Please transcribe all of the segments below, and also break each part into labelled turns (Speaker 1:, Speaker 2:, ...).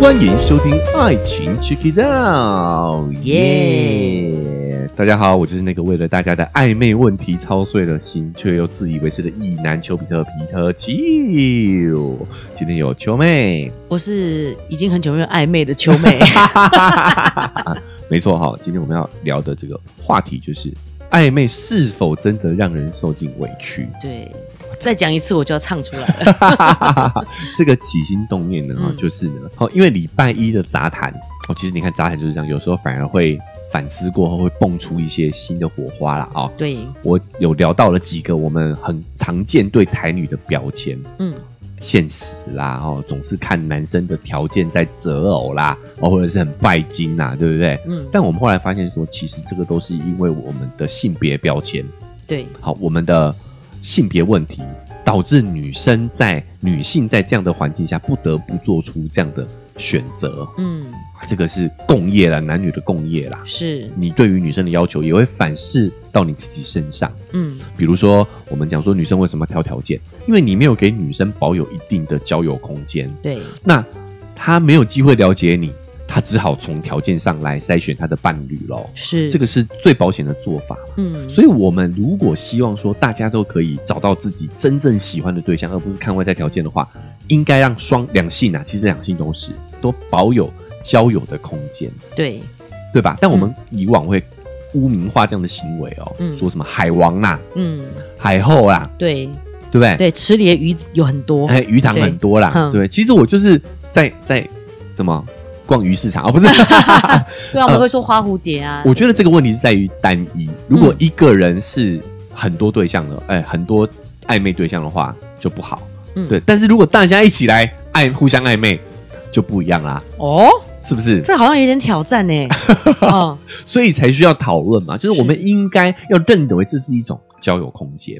Speaker 1: 欢迎收听《爱情 Check It Out》，耶！大家好，我就是那个为了大家的暧昧问题操碎了心，却又自以为是的意男丘比特皮特丘。今天有丘妹，
Speaker 2: 我是已经很久没有暧昧的秋 妹，
Speaker 1: 没错哈、今天我们要聊的这个话题就是暧昧是否真的让人受尽委屈？
Speaker 2: 对，再讲一次我就要唱出来 了。
Speaker 1: 这个起心动念呢，哈
Speaker 2: 嗯
Speaker 1: 就是呢，哦，因为礼拜一的杂谈，哦，其实你看杂谈就是这样，有时候反而会反思过后会蹦出一些新的火花啦，哦。
Speaker 2: 对，
Speaker 1: 我有聊到了几个我们很常见对台女的标签，
Speaker 2: 嗯，
Speaker 1: 现实啦，哦，总是看男生的条件在择偶啦，哦，或者是很拜金呐、对不对？
Speaker 2: 嗯，
Speaker 1: 但我们后来发现说，其实这个都是因为我们的性别标签，
Speaker 2: 对，
Speaker 1: 好，我们的性别问题导致女生在女性在这样的环境下不得不做出这样的选择，啊
Speaker 2: 嗯，
Speaker 1: 这个是共业啦，男女的共业啦。
Speaker 2: 是，
Speaker 1: 你对于女生的要求也会反噬到你自己身上，
Speaker 2: 嗯，
Speaker 1: 比如说，我们讲说女生为什么要挑条件，因为你没有给女生保有一定的交友空间，
Speaker 2: 对，
Speaker 1: 那她没有机会了解你，她只好从条件上来筛选她的伴侣咯。
Speaker 2: 是
Speaker 1: 这个，是最保险的做法。
Speaker 2: 嗯，
Speaker 1: 所以，我们如果希望说大家都可以找到自己真正喜欢的对象，而不是看外在条件的话，应该让双两性啊，其实两性都是都保有交友的空间，
Speaker 2: 对，
Speaker 1: 对吧？但我们以往会污名化这样的行为哦，
Speaker 2: 嗯
Speaker 1: 说什么海王啦、
Speaker 2: 嗯，
Speaker 1: 海后啦，
Speaker 2: 对，
Speaker 1: 对不对？
Speaker 2: 对，池里的鱼有很多，
Speaker 1: 哎，鱼塘很多啦，
Speaker 2: 对
Speaker 1: 对，
Speaker 2: 嗯
Speaker 1: 其实我就是在在怎么逛鱼市场啊、哦，不是，
Speaker 2: 对啊，我们会说花蝴蝶啊，
Speaker 1: 呃我觉得这个问题是在于单一。如果一个人是很多对象的，哎，很多暧昧对象的话就不好，
Speaker 2: 嗯
Speaker 1: 对。但是如果大家一起来爱互相暧昧，就不一样啦，
Speaker 2: 哦，
Speaker 1: 是不是？
Speaker 2: 这好像有点 挑战呢，嗯，
Speaker 1: 所以才需要讨论嘛，就是
Speaker 2: 是
Speaker 1: 我们应该要认为这是一种交友空间，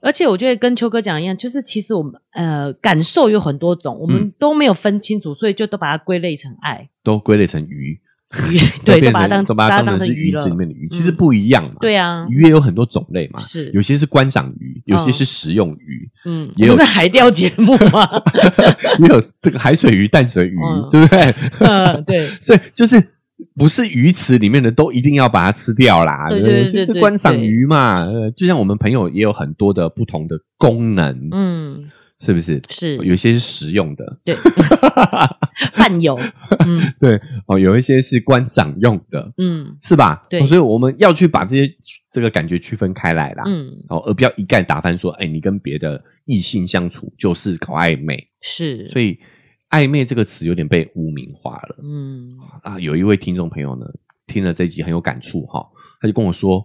Speaker 2: 而且我觉得跟秋哥讲一样，就是其实我们呃感受有很多种，我们
Speaker 1: 嗯
Speaker 2: 都没有分清楚，所以就都把它归类成爱，
Speaker 1: 都归类成鱼，
Speaker 2: 鱼，对，都
Speaker 1: 变
Speaker 2: 把它当
Speaker 1: 成都把它
Speaker 2: 当
Speaker 1: 当成是
Speaker 2: 鱼
Speaker 1: 鱼
Speaker 2: 了嗯
Speaker 1: 池里，面的鱼，其实不一样嘛。
Speaker 2: 对啊，
Speaker 1: 鱼也有很多种类嘛，
Speaker 2: 是
Speaker 1: 有些是观赏鱼，有些
Speaker 2: 嗯
Speaker 1: 是食用鱼，
Speaker 2: 嗯，
Speaker 1: 也有
Speaker 2: 我们是海钓节目 吗？
Speaker 1: 也有这个海水鱼、淡水鱼，
Speaker 2: 嗯
Speaker 1: 对不对？
Speaker 2: 嗯，对，
Speaker 1: 所以就是不是鱼池里面的都一定要把它吃掉啦，
Speaker 2: 对
Speaker 1: 不
Speaker 2: 对对
Speaker 1: 这
Speaker 2: 对
Speaker 1: 是观赏鱼嘛，呃就像我们朋友也有很多的不同的功能，
Speaker 2: 嗯，
Speaker 1: 是不是？
Speaker 2: 是
Speaker 1: 有一些是食用的，
Speaker 2: 对，饭友，嗯
Speaker 1: 对哦，有一些是观赏用的，
Speaker 2: 嗯
Speaker 1: 是吧？
Speaker 2: 对
Speaker 1: 哦所以我们要去把这些这个感觉区分开来啦。
Speaker 2: 嗯，
Speaker 1: 哦，而不要一概打翻说，哎、你跟别的异性相处就是搞暧昧，
Speaker 2: 是，
Speaker 1: 所以暧昧这个词有点被污名化了
Speaker 2: 嗯，
Speaker 1: 啊。有一位听众朋友呢，听了这一集很有感触哈、他就跟我说，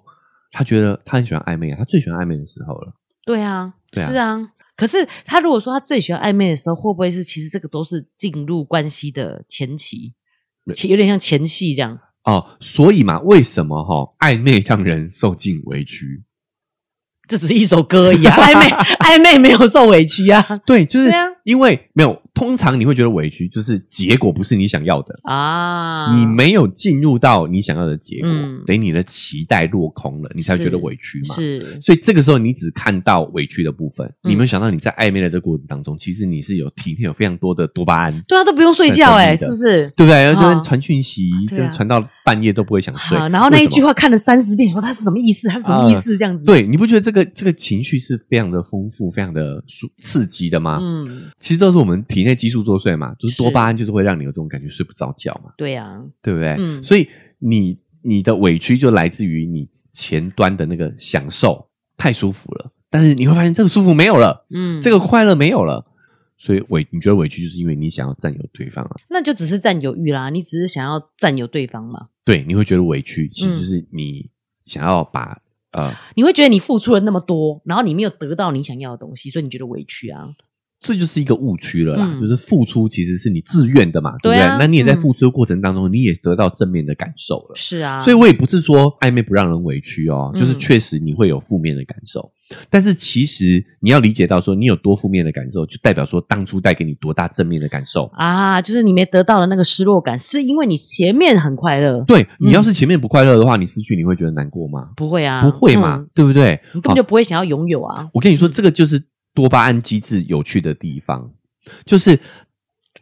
Speaker 1: 他觉得他很喜欢暧昧啊，他最喜欢暧昧的时候了。
Speaker 2: 对啊，
Speaker 1: 对啊
Speaker 2: 是啊。可是他如果说他最喜欢暧昧的时候，会不会是其实这个都是进入关系的前期，其有点像前戏这样？
Speaker 1: 哦，所以嘛，为什么哈、暧昧让人受尽委屈？
Speaker 2: 这只是一首歌而已 啊，暧昧暧昧没有受委屈啊
Speaker 1: 对，就是
Speaker 2: 对啊
Speaker 1: 因为没有，通常你会觉得委屈，就是结果不是你想要的，
Speaker 2: 啊！
Speaker 1: 你没有进入到你想要的结果，
Speaker 2: 嗯
Speaker 1: 等于你的期待落空了，你才会觉得
Speaker 2: 是
Speaker 1: 委屈嘛。
Speaker 2: 是
Speaker 1: 所以这个时候你只看到委屈的部分，
Speaker 2: 嗯
Speaker 1: 你没有想到你在暧昧的这个过程当中，其实你是有体内有非常多的多巴胺，
Speaker 2: 对啊，都不用睡觉
Speaker 1: 对同
Speaker 2: 哎、
Speaker 1: 意的
Speaker 2: 是不是？
Speaker 1: 对不对？
Speaker 2: 啊
Speaker 1: 就跟传讯息，
Speaker 2: 对啊
Speaker 1: 跟传到半夜都不会想睡
Speaker 2: 啊，。然后那一
Speaker 1: 为什
Speaker 2: 句
Speaker 1: 么，
Speaker 2: 话看了三十遍，说他是什么意思？他是什么意思？这样子，，
Speaker 1: 对，你不觉得这个这个情绪是非常的丰富、非常的舒刺激的吗？
Speaker 2: 嗯，
Speaker 1: 其实都是我们体内激素作祟嘛，就是
Speaker 2: 是
Speaker 1: 多巴胺就是会让你有这种感觉睡不着觉嘛，
Speaker 2: 对啊，
Speaker 1: 对不对？
Speaker 2: 嗯
Speaker 1: 所以你你的委屈就来自于你前端的那个享受太舒服了，但是你会发现这个舒服没有了。
Speaker 2: 嗯，
Speaker 1: 这个快乐没有了，所以委你觉得委屈，就是因为你想要占有对方啊。
Speaker 2: 那就只是占有欲啦，你只是想要占有对方嘛，
Speaker 1: 对，你会觉得委屈，其
Speaker 2: 嗯
Speaker 1: 实就是你想要把、呃，
Speaker 2: 你会觉得你付出了那么多，然后你没有得到你想要的东西，所以你觉得委屈啊，
Speaker 1: 这就是一个误区了啦。
Speaker 2: 嗯
Speaker 1: 就是付出其实是你自愿的嘛，对不
Speaker 2: 对
Speaker 1: 对？
Speaker 2: 啊
Speaker 1: 那你也在付出的过程当中，你也得到正面的感受了。
Speaker 2: 是啊，
Speaker 1: 所以我也不是说暧昧不让人委屈哦，
Speaker 2: 嗯
Speaker 1: 就是确实你会有负面的感受，但是其实你要理解到说你有多负面的感受，就代表说当初带给你多大正面的感受。
Speaker 2: 啊，就是你没得到的那个失落感，是因为你前面很快乐，
Speaker 1: 对你要是前面不快乐的话，你失去你会觉得难过吗？
Speaker 2: 不会嗯啊，
Speaker 1: 不会嘛，
Speaker 2: 嗯
Speaker 1: 对不对？
Speaker 2: 你根本就不会想要拥有啊，
Speaker 1: 我跟你说，这个就是多巴胺机制有趣的地方，就是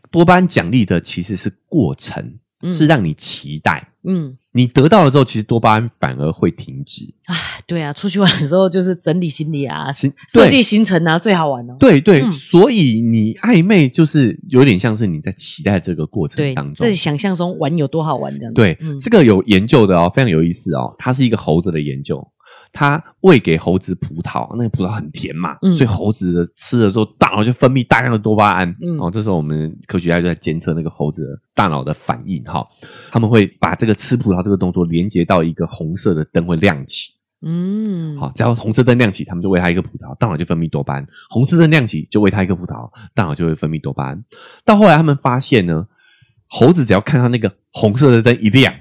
Speaker 1: 多巴胺奖励的其实是过程，
Speaker 2: 嗯
Speaker 1: 是让你期待。
Speaker 2: 嗯，
Speaker 1: 你得到了之后，其实多巴胺反而会停止。
Speaker 2: 哎，对啊，出去玩的时候就是整理行李啊，
Speaker 1: 行
Speaker 2: 设计行程啊，最好玩哦。
Speaker 1: 对对，
Speaker 2: 嗯
Speaker 1: 所以你暧昧就是有点像是你在期待这个过程
Speaker 2: 对
Speaker 1: 当，中
Speaker 2: 自己。想象中玩有多好玩这样子。
Speaker 1: 对，
Speaker 2: 嗯
Speaker 1: 这个有研究的哦，非常有意思哦。它是一个猴子的研究，它喂给猴子葡萄，那个葡萄很甜嘛，
Speaker 2: 嗯
Speaker 1: 所以猴子的吃了之后，大脑就分泌大量的多巴胺。
Speaker 2: 嗯
Speaker 1: 哦，这时候我们科学家就在监测那个猴子的大脑的反应哈、他们会把这个吃葡萄这个动作连接到一个红色的灯会亮起。
Speaker 2: 嗯，
Speaker 1: 好，只要红色灯亮起，他们就喂它一个葡萄，大脑就分泌多巴胺；红色灯亮起，就喂它一个葡萄，大脑就会分泌多巴胺。到后来，他们发现呢，猴子只要看到那个红色的灯一亮，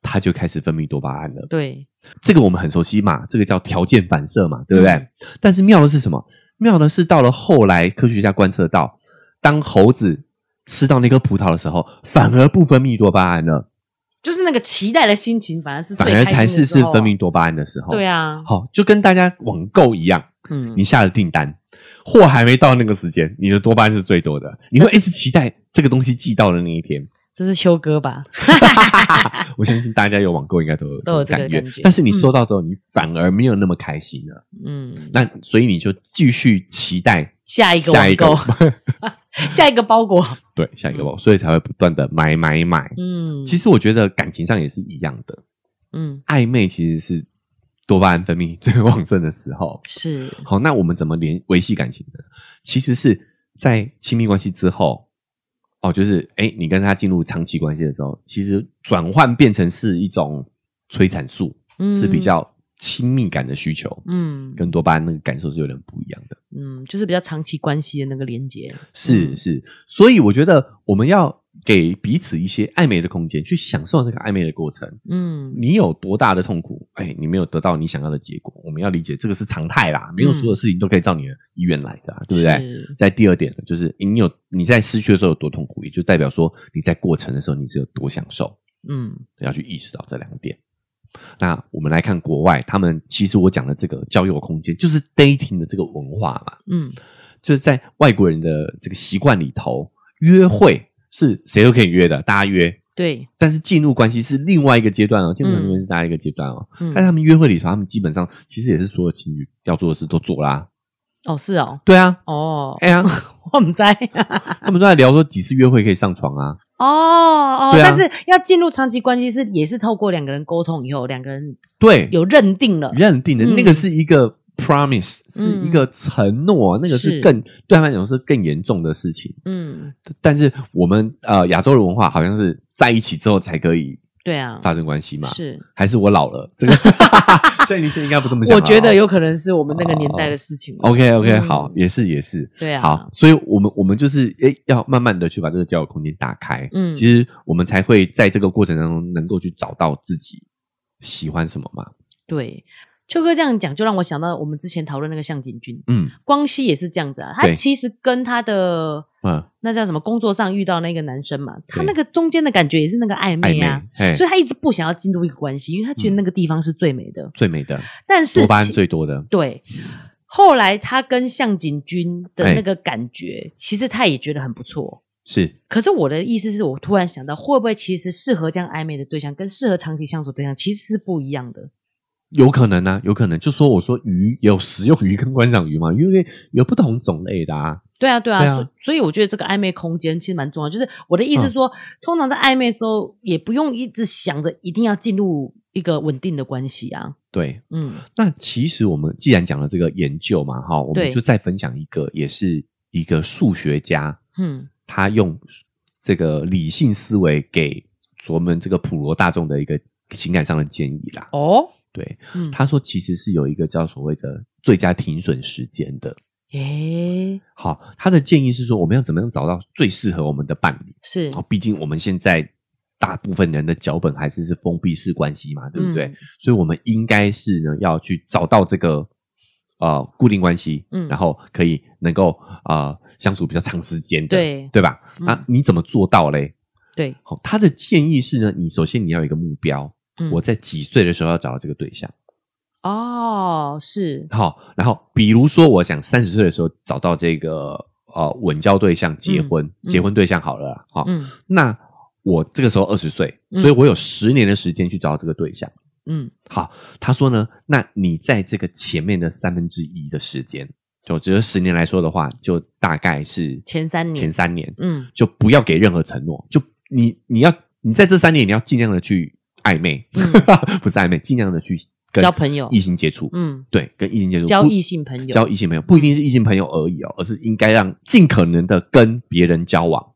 Speaker 1: 它就开始分泌多巴胺了。
Speaker 2: 对，
Speaker 1: 这个我们很熟悉嘛，这个叫条件反射嘛，对不对？
Speaker 2: 嗯
Speaker 1: 但是妙的是什么？妙的是到了后来，科学家观测到，当猴子吃到那颗葡萄的时候，反而不分泌多巴胺了，
Speaker 2: 就是那个期待的心情，反而是最
Speaker 1: 反而
Speaker 2: 开
Speaker 1: 才
Speaker 2: 心
Speaker 1: 是
Speaker 2: 的时
Speaker 1: 是
Speaker 2: 候啊
Speaker 1: 分泌。多巴胺的时候。
Speaker 2: 对啊，
Speaker 1: 好，就跟大家网购一样。
Speaker 2: 嗯
Speaker 1: 你，下了订单，货还没到那个时间，你的多巴胺是最多的，你会一直期待这个东西寄到的那一天。
Speaker 2: 这是秋哥吧？
Speaker 1: 我相信大家有网购应该都有
Speaker 2: 都有
Speaker 1: 这
Speaker 2: 这
Speaker 1: 种感
Speaker 2: 个
Speaker 1: 觉，
Speaker 2: 感觉
Speaker 1: 但是你收到之后，你反而没有那么开心了。
Speaker 2: 嗯，
Speaker 1: 那所以你就继续期待
Speaker 2: 下一个
Speaker 1: 下一个
Speaker 2: 网购， 嗯下一个包裹。
Speaker 1: 对下一个网，所以才会不断的买买买。
Speaker 2: 嗯，
Speaker 1: 其实我觉得感情上也是一样的，
Speaker 2: 嗯
Speaker 1: 暧昧其实是多巴胺分泌最旺盛的时候。
Speaker 2: 是
Speaker 1: 好，那我们怎么联维系感情呢？其实是在亲密关系之后，哦，就是哎，诶你跟他进入长期关系的时候，其实转换变成是一种催产素，是比较亲密感的需求，
Speaker 2: 嗯
Speaker 1: 跟多巴胺那个感受是有点不一样的。
Speaker 2: 嗯，就是比较长期关系的那个连接。
Speaker 1: 是
Speaker 2: 嗯
Speaker 1: 是，所以我觉得我们要给彼此一些暧昧的空间，去享受这个暧昧的过程。
Speaker 2: 嗯
Speaker 1: 你有多大的痛苦，哎，你没有得到你想要的结果，我们要理解这个是常态啦，没有所有事情都可以照你的意愿来的、啊，对不对？
Speaker 2: 是
Speaker 1: 在第二点呢，就是诶你有你在失去的时候有多痛苦，也就代表说你在过程的时候你是有多享受，
Speaker 2: 嗯
Speaker 1: 要去意识到这两点。那我们来看国外，他们其实我讲的这个交友空间，就是 dating 的这个文化嘛，
Speaker 2: 嗯
Speaker 1: 就是在外国人的这个习惯里头，约会是谁都可以约的，大家约。
Speaker 2: 对，
Speaker 1: 但是进入关系是另外一个阶段哦，进入关系是大家一个阶段哦。
Speaker 2: 嗯
Speaker 1: 但是他们约会里头，他们基本上其实也是所有情侣要做的事都做啦。
Speaker 2: 哦是哦
Speaker 1: 对啊，
Speaker 2: 哦，
Speaker 1: 哎 呀，
Speaker 2: 我们在
Speaker 1: 他们都在聊说几次约会可以上床啊，
Speaker 2: 哦哦，
Speaker 1: 对啊
Speaker 2: 但是要进入长期关系是也是透过两个人沟通以后，两个人
Speaker 1: 对，
Speaker 2: 有认定了。
Speaker 1: 认定的、
Speaker 2: 嗯
Speaker 1: 那个是一个 promise，、
Speaker 2: 嗯
Speaker 1: 是一个承诺，那个是
Speaker 2: 是
Speaker 1: 更对他们来讲是更严重的事情。
Speaker 2: 嗯，
Speaker 1: 但是我们呃亚洲的文化好像是在一起之后才可以
Speaker 2: 对啊，
Speaker 1: 发生关系嘛，
Speaker 2: 是，
Speaker 1: 还是我老了？这 个，所以你现在应该不这么想
Speaker 2: 我
Speaker 1: 吧。
Speaker 2: 觉得有可能是我们那个年代的事情了。
Speaker 1: OK OK，、
Speaker 2: 嗯
Speaker 1: 好，也是也是。
Speaker 2: 对啊，
Speaker 1: 好，，所以我们我们就是诶，要慢慢的去把这个交友空间打开。
Speaker 2: 嗯
Speaker 1: 其实我们才会在这个过程当中能够去找到自己喜欢什么嘛。
Speaker 2: 对，秋哥这样讲，就让我想到我们之前讨论那个向井君，
Speaker 1: 嗯
Speaker 2: 光熙也是这样子啊。他
Speaker 1: 对
Speaker 2: 其实跟他的
Speaker 1: 嗯，
Speaker 2: 那叫什么工作上遇到那个男生嘛，他
Speaker 1: 对
Speaker 2: 那个中间的感觉也是那个暧
Speaker 1: 暧
Speaker 2: 昧啊
Speaker 1: 昧，，嘿，
Speaker 2: 所以他一直不想要进入一个关系，因为他觉得那个地方是最美的。
Speaker 1: 最美的。
Speaker 2: 但是
Speaker 1: 多巴胺
Speaker 2: 其
Speaker 1: 最多的，
Speaker 2: 对，后来他跟向井君
Speaker 1: 哎
Speaker 2: 的那个感觉，其实他也觉得很不错。
Speaker 1: 是
Speaker 2: 可是我的意思是我突然想到，会不会其实适合这样暧昧的对象，跟适合长期相处的对象其实是不一样的？
Speaker 1: 有可能啊呢、有可能就说我说鱼有食用鱼跟观赏鱼嘛，因为有不同种类的啊，
Speaker 2: 对啊，对啊，嗯
Speaker 1: 对啊
Speaker 2: 所所以我觉得这个暧昧空间其实蛮重要。就是我的意思是说，通常在暧昧的时候，也不用一直想着一定要进入一个稳定的关系啊。
Speaker 1: 对。
Speaker 2: 嗯
Speaker 1: 那其实我们既然讲了这个研究嘛，哈，我们
Speaker 2: 对
Speaker 1: 就再分享一个，也是一个数学家，
Speaker 2: 嗯
Speaker 1: 他用这个理性思维给我们这个普罗大众的一个情感上的建议啦。
Speaker 2: 哦，
Speaker 1: 对，
Speaker 2: 嗯，
Speaker 1: 他说其实是有一个叫所谓的最佳停损时间的。
Speaker 2: 诶，
Speaker 1: 好，他的建议是说，我们要怎么样找到最适合我们的伴侣？
Speaker 2: 是
Speaker 1: 哦，毕竟我们现在大部分人的脚本还是是封闭式关系嘛，对不对？
Speaker 2: 嗯
Speaker 1: 所以我们应该是呢要去找到这个呃固定关系，
Speaker 2: 嗯
Speaker 1: 然后可以能够啊、呃相处比较长时间的，
Speaker 2: 对
Speaker 1: 对吧？
Speaker 2: 嗯
Speaker 1: 啊，你怎么做到嘞？
Speaker 2: 对，
Speaker 1: 好、他的建议是呢，你首先你要有一个目标，
Speaker 2: 嗯
Speaker 1: 我在几岁的时候要找到这个对象。
Speaker 2: 哦是
Speaker 1: 好，然后比如说我想三十岁的时候找到这个呃稳交对象结婚，
Speaker 2: 嗯
Speaker 1: 结婚对象好了啦，好、
Speaker 2: 嗯
Speaker 1: 那我这个时候二十岁，
Speaker 2: 嗯
Speaker 1: 所以我有十年的时间去找这个对象。
Speaker 2: 嗯
Speaker 1: 好，他说呢，那你在这个前面的三分之一的时间，就只有十年来说的话，就大概是
Speaker 2: 前三年
Speaker 1: 前三年，
Speaker 2: 嗯
Speaker 1: 就不要给任何承诺，就你你要你在这三年你要尽量的去暧昧，
Speaker 2: 嗯，
Speaker 1: 不是暧昧，尽量的去跟
Speaker 2: 交朋友
Speaker 1: 异性接触，
Speaker 2: 嗯，
Speaker 1: 对，跟异性接触，
Speaker 2: 交
Speaker 1: 不
Speaker 2: 异性朋友，嗯
Speaker 1: 交异性朋友，不一定是异性朋友而已哦，而是应该让尽可能的跟别人交往，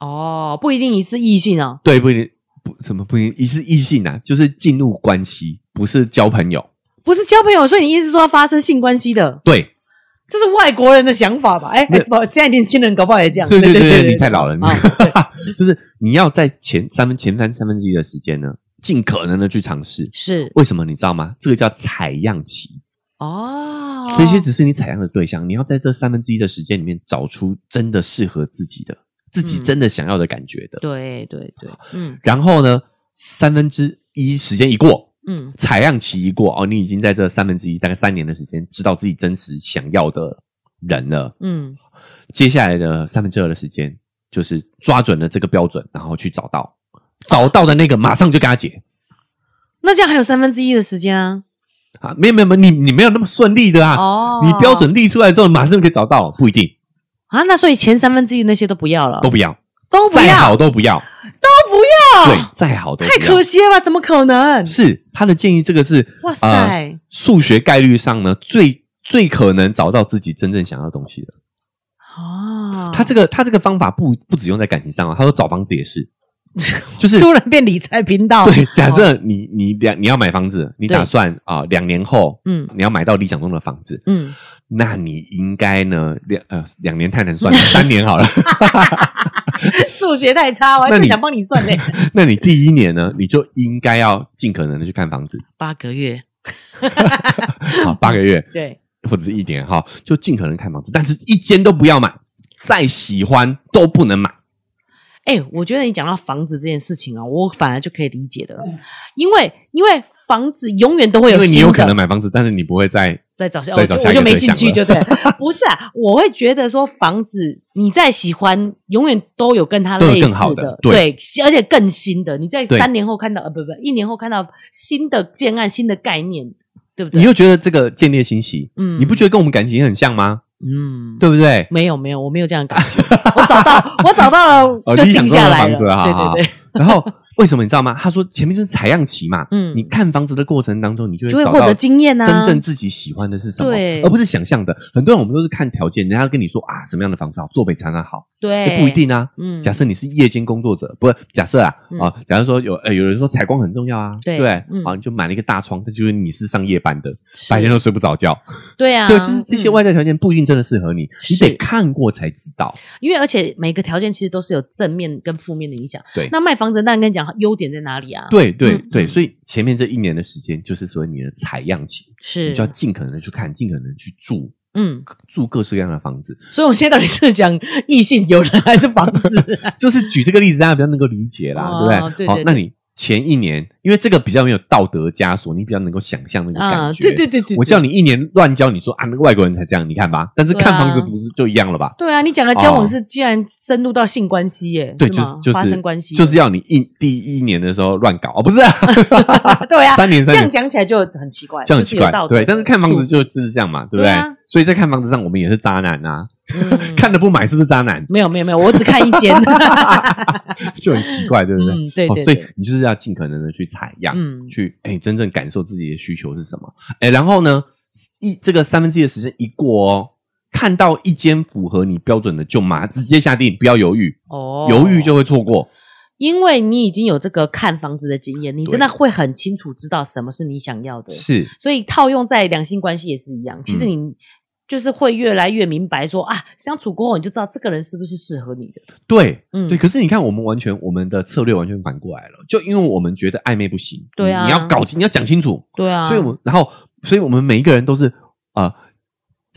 Speaker 2: 哦，不一定一次异性哦，
Speaker 1: 对，不一定不什么不一定，一是异性啊，就是进入关系，不是交朋友，
Speaker 2: 不是交朋友，所以你意思是说要发生性关系的，
Speaker 1: 对，
Speaker 2: 这是外国人的想法吧？哎、
Speaker 1: 没
Speaker 2: 哎
Speaker 1: 有
Speaker 2: 不，现在年轻人搞不好也这样。
Speaker 1: 对对
Speaker 2: 对
Speaker 1: 对
Speaker 2: 对，
Speaker 1: 你太老了，你
Speaker 2: 啊
Speaker 1: 就是你要在前三分前三三分之一的时间呢，尽可能的去尝试。
Speaker 2: 是
Speaker 1: 为什么你知道吗？这个叫采样期，
Speaker 2: 哦，
Speaker 1: 这些只是你采样的对象，你要在这三分之一的时间里面找出真的适合自己的、自己
Speaker 2: 嗯
Speaker 1: 真的想要的感觉的。
Speaker 2: 对对对，
Speaker 1: 啊
Speaker 2: 嗯
Speaker 1: 然后呢，三分之一时间一过，
Speaker 2: 嗯
Speaker 1: 采样期一过，哦，你已经在这三分之一大概三年的时间，知道自己真实想要的人了。
Speaker 2: 嗯，
Speaker 1: 接下来的三分之二的时间，就是抓准了这个标准，然后去找到找到的那个，马上就跟他结
Speaker 2: 那这样还有三分之一的时间啊。
Speaker 1: 啊！没有没有没有，你你没有那么顺利的啊！
Speaker 2: 哦，
Speaker 1: 你标准立出来之后，马上就可以找到，不一定
Speaker 2: 啊，那所以前三分之一那些都不要了，
Speaker 1: 都不要，
Speaker 2: 哦都不
Speaker 1: 再
Speaker 2: 要，
Speaker 1: 好都不要，
Speaker 2: 都不要，
Speaker 1: 对，，再好都不
Speaker 2: 哦太
Speaker 1: 要
Speaker 2: 可。惜了吧？怎么可能？
Speaker 1: 是他的建议，这个是
Speaker 2: 哇塞
Speaker 1: 呃数学概率上呢最最可能找到自己真正想要的东西的。
Speaker 2: 哦，
Speaker 1: 啊他这个他这个方法不不只用在感情上啊，他说找房子也 是，就是
Speaker 2: 突然变理财频道，
Speaker 1: 对，假设
Speaker 2: 哦
Speaker 1: 你你两你要买房子，你打算啊两、年后
Speaker 2: 嗯
Speaker 1: 你要买到理想中的房子，
Speaker 2: 嗯，
Speaker 1: 那你应该呢两呃两年太难算了，三年好了。
Speaker 2: 数学太差，我还
Speaker 1: 那
Speaker 2: 不
Speaker 1: 你
Speaker 2: 想帮你算 嘞。
Speaker 1: 那你第一年呢，你就应该要尽可能的去看房子，
Speaker 2: 八个月，
Speaker 1: 好八个月
Speaker 2: 对，
Speaker 1: 或者是一年哈，就尽可能看房子，但是一间都不要买，再喜欢都不能买。
Speaker 2: 哎、我觉得你讲到房子这件事情啊，我反而就可以理解的，因为因为房子永远都会有
Speaker 1: 因为
Speaker 2: 新的，
Speaker 1: 你有可能买房子，但是你不会再
Speaker 2: 再找下，哦
Speaker 1: 再
Speaker 2: 我就
Speaker 1: 找下
Speaker 2: 我
Speaker 1: 一
Speaker 2: 就
Speaker 1: 个
Speaker 2: 没
Speaker 1: 对
Speaker 2: 兴趣，就
Speaker 1: 象
Speaker 2: 对，不是啊，我会觉得说房子你再喜欢，永远都有跟它
Speaker 1: 都有
Speaker 2: 类
Speaker 1: 更好
Speaker 2: 似
Speaker 1: 的
Speaker 2: 的，
Speaker 1: 对
Speaker 2: 而且更新的，你在
Speaker 1: 对
Speaker 2: 三年后看到，呃，不不，一年后看到新的建案、新的概念，对不对？
Speaker 1: 你又觉得这个建立欣喜，
Speaker 2: 嗯
Speaker 1: 你不觉得跟我们感情很像吗？
Speaker 2: 嗯，
Speaker 1: 对不对？
Speaker 2: 没有没有，我没有这样的感觉，我找到我找到了
Speaker 1: 哦
Speaker 2: 就
Speaker 1: 理想
Speaker 2: 定
Speaker 1: 中的
Speaker 2: 下来
Speaker 1: 房
Speaker 2: 了，
Speaker 1: 子啊好好
Speaker 2: 对对对，
Speaker 1: 然 后为什么你知道吗？他说前面就是采样期嘛，
Speaker 2: 嗯
Speaker 1: 你看房子的过程当中，你就
Speaker 2: 就会
Speaker 1: 找
Speaker 2: 获
Speaker 1: 到
Speaker 2: 得经验啊，
Speaker 1: 真正自己喜欢的是什么
Speaker 2: 对，
Speaker 1: 而不是想象的。很多人我们都是看条件，人家跟你说啊什么样的房子好，坐北朝南好，
Speaker 2: 对
Speaker 1: 也不一，定啊。
Speaker 2: 嗯
Speaker 1: 假设你是夜间工作者，不是假设啊
Speaker 2: 嗯
Speaker 1: 啊，假如说有呃有人说采光很重要啊，
Speaker 2: 对
Speaker 1: 不对
Speaker 2: 嗯
Speaker 1: 啊，你就买了一个大窗，那就是你是上夜班的，
Speaker 2: 是
Speaker 1: 白天都睡不着觉，
Speaker 2: 对啊，
Speaker 1: 对，就是这些
Speaker 2: 嗯
Speaker 1: 外在条件不一定真的适合你，你
Speaker 2: 是啊
Speaker 1: 得看过才知道。
Speaker 2: 因为而且每个条件其实都是有正面跟负面的影响。
Speaker 1: 对
Speaker 2: 那卖房子，那你跟你讲优点在哪里啊？，
Speaker 1: 对对
Speaker 2: 嗯
Speaker 1: 对，
Speaker 2: 嗯
Speaker 1: 所以前面这一年的时间就是所谓你的采样期，
Speaker 2: 是
Speaker 1: 你就要尽可能的去看，尽可能地去住
Speaker 2: 嗯。
Speaker 1: 住各式各样的房子。
Speaker 2: 所以我们现在到底是讲异性友人还是房子？
Speaker 1: 就是举这个例子，大家比较能够理解啦，
Speaker 2: 哦
Speaker 1: 对不
Speaker 2: 对对
Speaker 1: 好，
Speaker 2: 对
Speaker 1: 那你前一年，因为这个比较没有道德枷锁，你比较能够想象那个
Speaker 2: 啊，
Speaker 1: 感觉。
Speaker 2: 对对对对，
Speaker 1: 我叫你一年乱教，你说啊，那个外国人才这样，你看吧。但是
Speaker 2: 对啊
Speaker 1: 看房子不是就一样了吧？
Speaker 2: 对啊，你讲的交往
Speaker 1: 哦
Speaker 2: 是既然深入到性关系耶，
Speaker 1: 对，
Speaker 2: 是
Speaker 1: 就
Speaker 2: 吗
Speaker 1: 是就是
Speaker 2: 发生关系，
Speaker 1: 就是要你一第一年的时候乱搞哦，不是、啊，
Speaker 2: 对啊，
Speaker 1: 三年
Speaker 2: 这
Speaker 1: 三
Speaker 2: 样
Speaker 1: 年
Speaker 2: 讲起来就很奇怪，
Speaker 1: 这样很奇
Speaker 2: 就是
Speaker 1: 怪
Speaker 2: 有道，德
Speaker 1: 对。但是看房子
Speaker 2: 束
Speaker 1: 就就是这样嘛，对不
Speaker 2: 对
Speaker 1: 对
Speaker 2: 啊？
Speaker 1: 所以在看房子上，我们也是渣男啊，
Speaker 2: 缚 嗯
Speaker 1: 看了不买是不是渣男？
Speaker 2: 没有没有没有，我只看一间，
Speaker 1: 就很奇怪，对不对？
Speaker 2: 嗯对对
Speaker 1: 哦，所以
Speaker 2: 对
Speaker 1: 你就是要尽可能的去采样，
Speaker 2: 嗯
Speaker 1: 去哎、真正感受自己的需求是什么。哎、然后呢，一这个三分之一的时间一过哦，看到一间符合你标准的就马直接下定，不要犹豫，
Speaker 2: 哦
Speaker 1: 犹、豫就会错过。
Speaker 2: 因为你已经有这个看房子的经验，你
Speaker 1: 对
Speaker 2: 真的会很清楚知道什么是你想要的，
Speaker 1: 是嗯
Speaker 2: 所以套用在两性关系也是一样，其实你就是会越来越明白说啊，相处过后你就知道这个人是不是适合你的。
Speaker 1: 对、
Speaker 2: 嗯
Speaker 1: 对，可是你看，我们完全我们的策略完全反过来了，就因为我们觉得暧昧不行，
Speaker 2: 对
Speaker 1: 你
Speaker 2: 啊
Speaker 1: 你要搞清，你要讲清楚，
Speaker 2: 对啊
Speaker 1: 所以我们然后，所以我们每一个人都是啊、呃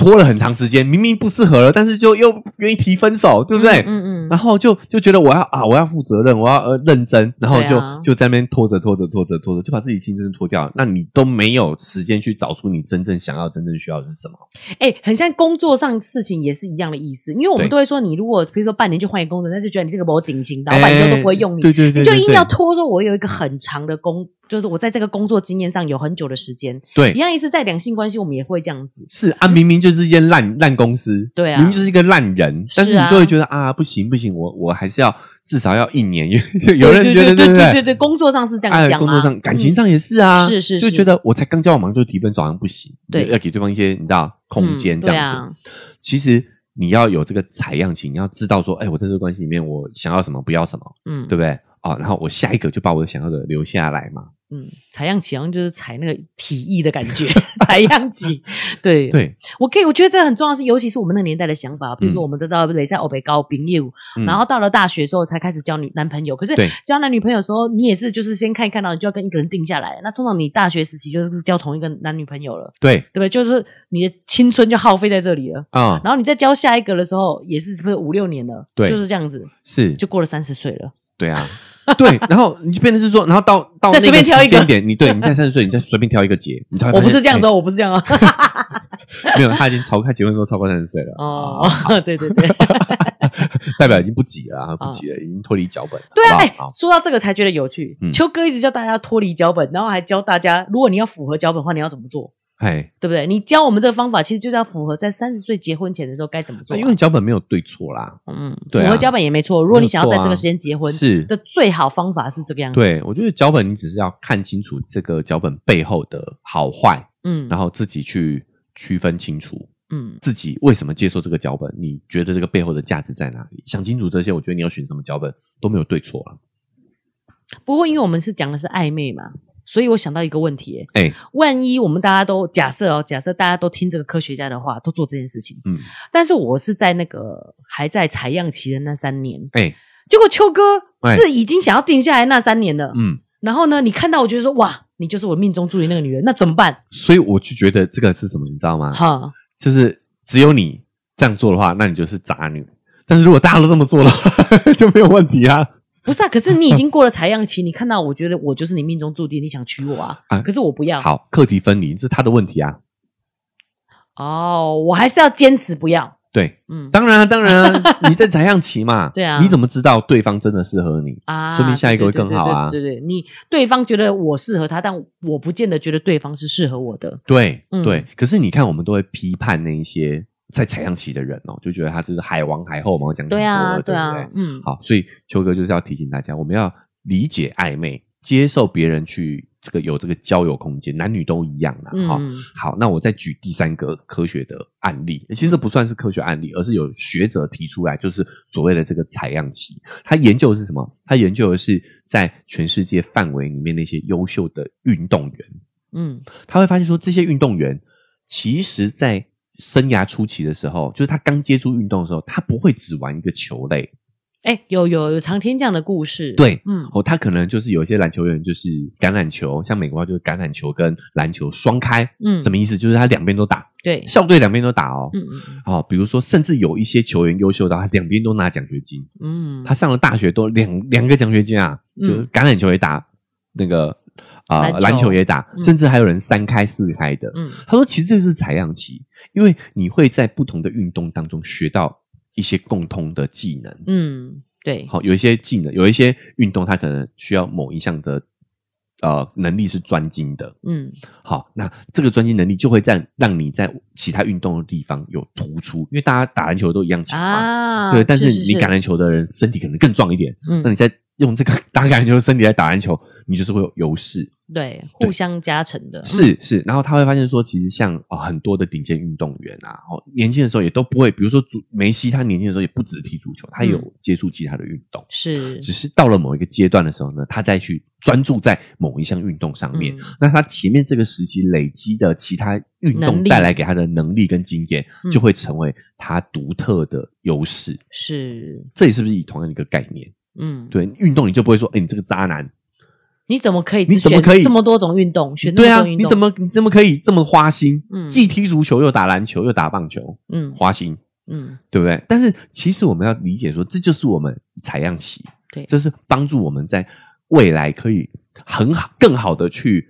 Speaker 1: 拖了很长时间，明明不适合了，但是就又愿意提分手，对不对？
Speaker 2: 嗯嗯
Speaker 1: 然
Speaker 2: 嗯，
Speaker 1: 后就就觉得我要啊，我要负责任，我要呃认真，然后
Speaker 2: 对
Speaker 1: 就、
Speaker 2: 啊
Speaker 1: 就在那边拖着拖着拖着拖着，就把自己青春拖掉了。那你都没有时间去找出你真正想要、真正需要的是什么。
Speaker 2: 哎、很像工作上事情也是一样的意思，因为我们
Speaker 1: 对
Speaker 2: 都会说，你如果比如说半年就换一个工作，那就觉得你这个没有顶薪，老板以后都不会用你，
Speaker 1: 哎对对对，
Speaker 2: 你就
Speaker 1: 对
Speaker 2: 硬要拖说，我有一个很长的工，就是我在这个工作经验上有很久的时间，
Speaker 1: 对
Speaker 2: 一样意思，在两性关系我们也会这样子，
Speaker 1: 是啊，明明就是一间烂烂公司，
Speaker 2: 对啊
Speaker 1: 明明就是一个烂人，但是
Speaker 2: 是啊
Speaker 1: 你就会觉得啊，不行不行，我我还是要至少要一年，因为有人觉得
Speaker 2: 对
Speaker 1: 不
Speaker 2: 对对对，工作上是这样
Speaker 1: 哎，
Speaker 2: 讲、啊，
Speaker 1: 工作上、感情
Speaker 2: 嗯、
Speaker 1: 上也是啊，
Speaker 2: 是是
Speaker 1: 就是觉得我才刚交往，马上就提分手，好像不行，
Speaker 2: 对
Speaker 1: 要给对方一些你知道空间
Speaker 2: 嗯
Speaker 1: 这样子。
Speaker 2: 对啊
Speaker 1: 其实你要有这个采样期，你要知道说，哎，我在这个关系里面，我想要什么，不要什么，
Speaker 2: 嗯，
Speaker 1: 对不对？啊、然后我下一个就把我想要的留下来嘛。
Speaker 2: 嗯，采样集好像就是采那个体液的感 觉，采样集。对，
Speaker 1: 对，
Speaker 2: 我可以，我觉得这很重要的是，尤其是我们那个年代的想法，比如说
Speaker 1: 嗯
Speaker 2: 我们都知道雷赛欧北高丙业务，
Speaker 1: 嗯
Speaker 2: 然后到了大学之后才开始交女男朋友。可是
Speaker 1: 对
Speaker 2: 交男女朋友的时候，你也是就是先看一看，然后你就要跟一个人定下来。那通常你大学时期就是交同一个男女朋友了，
Speaker 1: 对
Speaker 2: 对不对？就是你的青春就耗费在这里了。
Speaker 1: 啊、
Speaker 2: 然后你再交下一个的时候，也是不是五六年了？
Speaker 1: 对
Speaker 2: 就是这样子，
Speaker 1: 是，
Speaker 2: 就过了三十岁了。
Speaker 1: 对啊， 对，然后你就变成是说，然后到到
Speaker 2: 再
Speaker 1: 那
Speaker 2: 随便挑
Speaker 1: 时
Speaker 2: 一个
Speaker 1: 间点，你对你在三十岁，你再随便挑一个节，你才会发
Speaker 2: 我
Speaker 1: 现
Speaker 2: 不是这样子，
Speaker 1: 哎
Speaker 2: 哦，我不是这样啊。
Speaker 1: 没有，他已经超他结婚的时候超过三十岁了，
Speaker 2: 哦， 对对对。
Speaker 1: 代表已经不急了啊，不急了，已经脱离脚本了，
Speaker 2: 哦对啊，
Speaker 1: 好
Speaker 2: 哎、
Speaker 1: 不好好
Speaker 2: 说到这个才觉得有趣。
Speaker 1: 嗯
Speaker 2: 秋哥一直教大家脱离脚本，然后还教大家，如果你要符合脚本的话，你要怎么做，
Speaker 1: 哎，
Speaker 2: 对不对？你教我们这个方法，其实就是要符合在三十岁结婚前的时候该怎么做、
Speaker 1: 哎因为脚本没有对错啦，
Speaker 2: 嗯，
Speaker 1: 啊
Speaker 2: 符
Speaker 1: 嗯对啊
Speaker 2: 合脚本也没错。如果你想要在这个时间结婚，
Speaker 1: 是
Speaker 2: 的最好方法是这个样子。
Speaker 1: 啊对，我觉得脚本你只是要看清楚这个脚本背后的好坏，
Speaker 2: 嗯
Speaker 1: 然后自己去区分清楚。
Speaker 2: 嗯，
Speaker 1: 自己为什么接受这个脚本？你觉得这个背后的价值在哪里？想清楚这些，我觉得你要选什么脚本都没有对错了。
Speaker 2: 不过因为我们是讲的是暧昧嘛，所以我想到一个问题、
Speaker 1: 哎、
Speaker 2: 万一我们大家都假设哦，假设大家都听这个科学家的话，都做这件事情，
Speaker 1: 嗯，
Speaker 2: 但是我是在那个还在采样期的那三年，
Speaker 1: 哎、
Speaker 2: 结果秋哥
Speaker 1: 哎
Speaker 2: 是已经想要定下来那三年了，
Speaker 1: 嗯，
Speaker 2: 然后呢，你看到我觉得说哇，你就是我命中注定那个女人，那怎么办？
Speaker 1: 所以我就觉得这个是什么，你知道吗？
Speaker 2: 哈，
Speaker 1: 就是只有你这样做的话，那你就是渣女。但是如果大家都这么做的话， 就没有问题啊。
Speaker 2: 不是啊，可是你已经过了采样期，你看到我觉得我就是你命中注定，你想娶我啊，
Speaker 1: 啊
Speaker 2: 可是我不要。
Speaker 1: 好，课题分离这是他的问题啊。
Speaker 2: 哦，我还是要坚持不要。
Speaker 1: 对，
Speaker 2: 嗯
Speaker 1: 当然啊，当然 啊，你在采样期嘛。
Speaker 2: 对啊
Speaker 1: 你怎么知道对方真的适合你？
Speaker 2: 啊，
Speaker 1: 说明下一个会更好啊
Speaker 2: 对对对对对对你对方觉得我适合他，但我不见得觉得对方是适合我的。
Speaker 1: 对，
Speaker 2: 嗯
Speaker 1: 对。可是你看，我们都会批判那一些在采样期的人哦，就觉得他就是海王海后嘛，我讲很多
Speaker 2: 对啊，
Speaker 1: 了对不
Speaker 2: 啊
Speaker 1: 对，
Speaker 2: 嗯，
Speaker 1: 好，所以秋哥就是要提醒大家，我们要理解暧昧，接受别人去这个有这个交友空间，男女都一样啦。哈、
Speaker 2: 嗯
Speaker 1: 好，那我再举第三个科学的案例，其实这不算是科学案例，而是有学者提出来，就是所谓的这个采样期。他研究的是什么？他研究的是在全世界范围里面那些优秀的运动员，
Speaker 2: 嗯
Speaker 1: 他会发现说，这些运动员其实在生涯初期的时候，就是他刚接触运动的时候，他不会只玩一个球类，
Speaker 2: 哎，有有有常听这样的故事。
Speaker 1: 对
Speaker 2: 嗯
Speaker 1: 哦，他可能就是有一些篮球员就是橄榄球，像美国就是橄榄球跟篮球双开，
Speaker 2: 嗯，
Speaker 1: 什
Speaker 2: 么
Speaker 1: 么意思？就是他两边都打，
Speaker 2: 对？
Speaker 1: 校队两边都打哦。
Speaker 2: 嗯嗯
Speaker 1: 哦，比如说，甚至有一些球员优秀到他两边都拿奖学金，
Speaker 2: 嗯，
Speaker 1: 他上了大学都两两个奖学金啊，
Speaker 2: 嗯
Speaker 1: 就是橄榄球也打，那个啊
Speaker 2: 篮球
Speaker 1: 篮球也打，
Speaker 2: 嗯
Speaker 1: 甚至还有人三开四开的。
Speaker 2: 嗯
Speaker 1: 他说，其实这就是采样期，因为你会在不同的运动当中学到一些共通的技能。
Speaker 2: 嗯对，
Speaker 1: 好，有一些技能，有一些运动，它可能需要某一项的呃能力是专精的。
Speaker 2: 嗯
Speaker 1: 好，那这个专精能力就会在让你在其他运动的地方有突出，因为大家打篮球都一样强嘛。
Speaker 2: 啊，
Speaker 1: 对，但是
Speaker 2: 是
Speaker 1: 你橄榄球的人身体可能更壮一点，
Speaker 2: 嗯
Speaker 1: 那你在用这个打橄榄球的身体来打篮球，你就是会有优势。
Speaker 2: 对，
Speaker 1: 对
Speaker 2: 互相加成的，
Speaker 1: 是是，然后他会发现说，其实像啊、呃很多的顶尖运动员啊，哦年轻的时候也都不会，比如说足梅西，他年轻的时候也不只踢足球，他也有
Speaker 2: 嗯
Speaker 1: 接触其他的运动。
Speaker 2: 是
Speaker 1: 只是到了某一个阶段的时候呢，他再去专注在某一项运动上面。
Speaker 2: 嗯
Speaker 1: 那他前面这个时期累积的其他运动
Speaker 2: 能力
Speaker 1: 带来给他的能力跟经验，
Speaker 2: 嗯
Speaker 1: 就会成为他独特的优势。
Speaker 2: 是，
Speaker 1: 这也是不是以同样的一个概念？
Speaker 2: 嗯，
Speaker 1: 对，运动你就不会说，哎、你这个渣男，
Speaker 2: 你怎么可以
Speaker 1: 你
Speaker 2: 只
Speaker 1: 怎么
Speaker 2: 选
Speaker 1: 可以
Speaker 2: 这么多种运动？选那
Speaker 1: 对
Speaker 2: 么
Speaker 1: 啊，
Speaker 2: 多运
Speaker 1: 你
Speaker 2: 动？
Speaker 1: 怎么你怎么可以这么花心？
Speaker 2: 嗯
Speaker 1: 既踢足球又打篮球又打棒球，
Speaker 2: 嗯
Speaker 1: 花心，
Speaker 2: 嗯
Speaker 1: 对不对？但是其实我们要理解说，这就是我们采样期，
Speaker 2: 对
Speaker 1: 这是帮助我们在未来可以很好、更好的去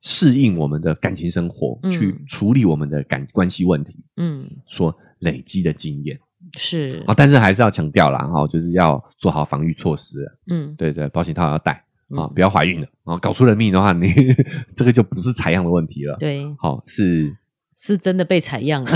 Speaker 1: 适应我们的感情生活，
Speaker 2: 嗯
Speaker 1: 去处理我们的感关系问题，
Speaker 2: 嗯
Speaker 1: 所累积的经验
Speaker 2: 是
Speaker 1: 啊。但是还是要强调啦，哈、就是要做好防御措施，
Speaker 2: 嗯
Speaker 1: 对对，保险套要戴啊，
Speaker 2: 嗯
Speaker 1: 不要怀孕了啊，搞出人命的话，你 这个就不是采样的问题了，
Speaker 2: 对，
Speaker 1: 好、是
Speaker 2: 是真的被采 样了。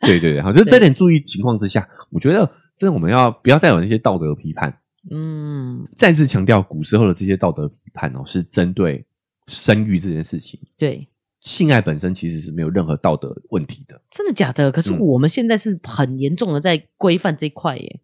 Speaker 1: 对对对，好，就是
Speaker 2: 对
Speaker 1: 这点注意情况之下，我觉得真的我们要不要再有那些道德批判？
Speaker 2: 嗯，
Speaker 1: 再次强调，古时候的这些道德批判哦，是针对生育这件事情，
Speaker 2: 对，
Speaker 1: 性爱本身其实是没有任何道德问题的。
Speaker 2: 真的假的？可是
Speaker 1: 嗯
Speaker 2: 我们现在是很严重的在规范这一块耶，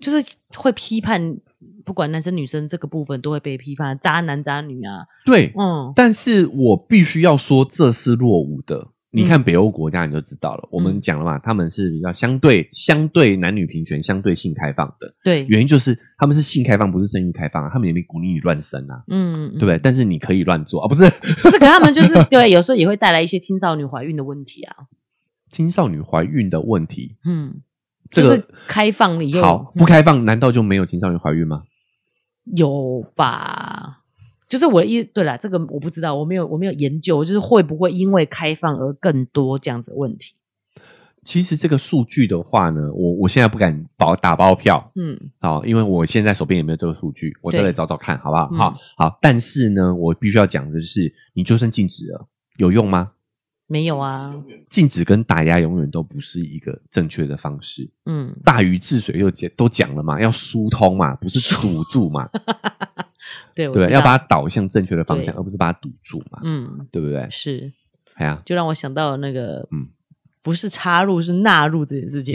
Speaker 2: 就是会批判，不管男生女生这个部分都会被批判，渣男渣女啊，
Speaker 1: 对，
Speaker 2: 嗯
Speaker 1: 但是我必须要说，这是落伍的。你
Speaker 2: 嗯
Speaker 1: 看北欧国家你就知道了，我们讲了嘛，他们是比较相对相对男女平权、相对性开放的，
Speaker 2: 对，
Speaker 1: 原因就是他们是性开放，不是生育开放啊，他们也没鼓励你乱生啊，
Speaker 2: 嗯，
Speaker 1: 对
Speaker 2: 嗯
Speaker 1: 不对？但是你可以乱做啊，不是
Speaker 2: 不是，可他们就是 对，有时候也会带来一些青少年怀孕的问题啊。
Speaker 1: 青少年怀孕的问题，
Speaker 2: 嗯，
Speaker 1: 这个、
Speaker 2: 就是开放以后
Speaker 1: 好
Speaker 2: 嗯
Speaker 1: 不开放，难道就没有青少年怀孕吗？
Speaker 2: 有吧？就是我一对啦，这个我不知道，我没有我没有研究，就是会不会因为开放而更多这样子的问题？
Speaker 1: 其实这个数据的话呢，我我现在不敢保打包票
Speaker 2: 嗯
Speaker 1: 啊、因为我现在手边也没有这个数据，我再
Speaker 2: 对
Speaker 1: 来找找看好不好？
Speaker 2: 嗯
Speaker 1: 好、好，但是呢，我必须要讲的是，你就算禁止了，有用吗？
Speaker 2: 没有啊，
Speaker 1: 禁止跟打压永远都不是一个正确的方式。
Speaker 2: 嗯，
Speaker 1: 大禹治水又讲都讲了嘛，要疏通嘛，不是堵住嘛，
Speaker 2: 对，我
Speaker 1: 对，
Speaker 2: 知
Speaker 1: 要
Speaker 2: 道
Speaker 1: 把它导向正确的方向，
Speaker 2: 对
Speaker 1: 而不是把它堵住嘛，
Speaker 2: 嗯
Speaker 1: 对不对？
Speaker 2: 是，
Speaker 1: 哎呀，
Speaker 2: 就让我想到了那个
Speaker 1: 嗯
Speaker 2: 嗯。不是插入，是纳入这件事 情，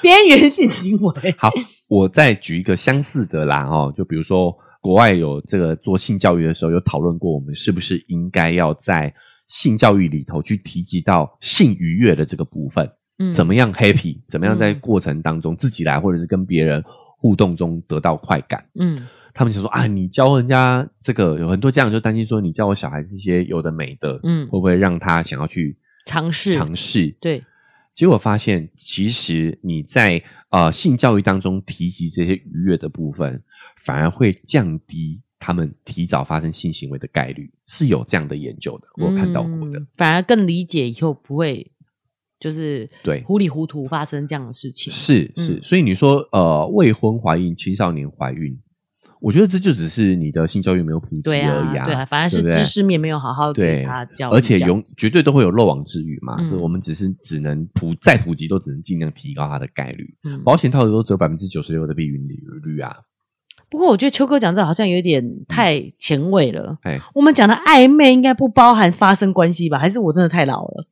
Speaker 2: 边缘性行为。
Speaker 1: 好，我再举一个相似的啦，哦，就比如说国外有这个做性教育的时候，有讨论过我们是不是应该要在性教育里头去提及到性愉悦的这个部分，
Speaker 2: 嗯
Speaker 1: 怎么样 happy，怎么样在
Speaker 2: 嗯
Speaker 1: 过程当中自己来或者是跟别人互动中得到快感。
Speaker 2: 嗯
Speaker 1: 他们就说啊，你教人家这个，有很多家长就担心说，你教我小孩这些有的没的，
Speaker 2: 嗯
Speaker 1: 会不会让他想要去
Speaker 2: 尝试
Speaker 1: 尝试？
Speaker 2: 对
Speaker 1: 结果发现，其实你在呃性教育当中提及这些愉悦的部分，反而会降低他们提早发生性行为的概率，是有这样的研究的，我有看到过的。
Speaker 2: 嗯反而更理解以后不会就是
Speaker 1: 对
Speaker 2: 糊里糊涂发生这样的事情。
Speaker 1: 是
Speaker 2: 嗯
Speaker 1: 是，所以你说呃未婚怀孕、青少年怀孕，我觉得这就只是你的性教育没有普及而
Speaker 2: 对啊
Speaker 1: 已，
Speaker 2: 对啊，反而是
Speaker 1: 对不对
Speaker 2: 知识面没有好好给
Speaker 1: 对
Speaker 2: 他教育，
Speaker 1: 而且
Speaker 2: 这样
Speaker 1: 永绝对都会有漏网之鱼嘛，
Speaker 2: 嗯
Speaker 1: 就我们只是只能普再普及，都只能尽量提高它的概率。
Speaker 2: 嗯
Speaker 1: 保险套的都只有百分之九十六的避孕率率啊，
Speaker 2: 不过我觉得秋哥讲这好像有点太前卫了。
Speaker 1: 嗯哎，
Speaker 2: 我们讲的暧昧应该不包含发生关系吧？还是我真的太老了？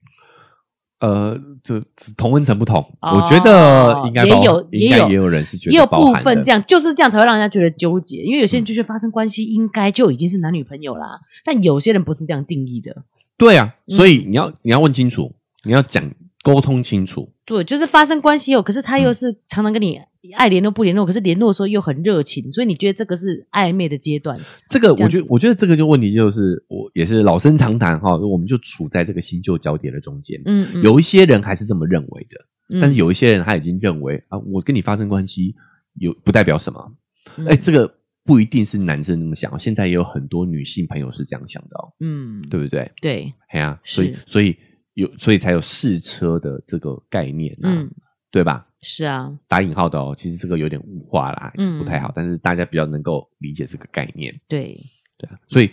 Speaker 1: 呃，这同温层不同，我
Speaker 2: 哦
Speaker 1: 觉得应该
Speaker 2: 也
Speaker 1: 包
Speaker 2: 有
Speaker 1: 应该
Speaker 2: 有
Speaker 1: 也有人是觉得
Speaker 2: 也有
Speaker 1: 包
Speaker 2: 部
Speaker 1: 含
Speaker 2: 分
Speaker 1: 的嗯
Speaker 2: 这样，就是这样才会让人家觉得纠结。因为有些人就觉得发生关系应该就已经是男女朋友啦，但有些人不是这样定义的。
Speaker 1: 对啊，
Speaker 2: 嗯
Speaker 1: 所以你要你要问清楚，你要讲沟通清楚，
Speaker 2: 对，就是发生关系后，可是他
Speaker 1: 嗯
Speaker 2: 又是常常跟你爱联络不联络，可是联络的时候又很热情，所以你觉得这个是暧昧的阶段？
Speaker 1: 这个
Speaker 2: 这
Speaker 1: 我
Speaker 2: 样子
Speaker 1: 觉得我觉得这个就问题就是我也是老生常谈哈，我们就处在这个新旧交叠的中间，
Speaker 2: 嗯，嗯
Speaker 1: 有一些人还是这么认为的，
Speaker 2: 嗯
Speaker 1: 但是有一些人他已经认为啊，我跟你发生关系有不代表什么，
Speaker 2: 嗯
Speaker 1: 哎，这个不一定是男生那么想，现在也有很多女性朋友是这样想的哦，
Speaker 2: 嗯，
Speaker 1: 对不对？
Speaker 2: 对，
Speaker 1: 哎呀、所以
Speaker 2: 是
Speaker 1: 所以有所以才有试车的这个概念啊，
Speaker 2: 嗯，
Speaker 1: 对吧？
Speaker 2: 是啊，
Speaker 1: 打引号的哦，其实这个有点物化啦，也
Speaker 2: 嗯
Speaker 1: 是不太好，但是大家比较能够理解这个概念，
Speaker 2: 对，
Speaker 1: 对啊。所以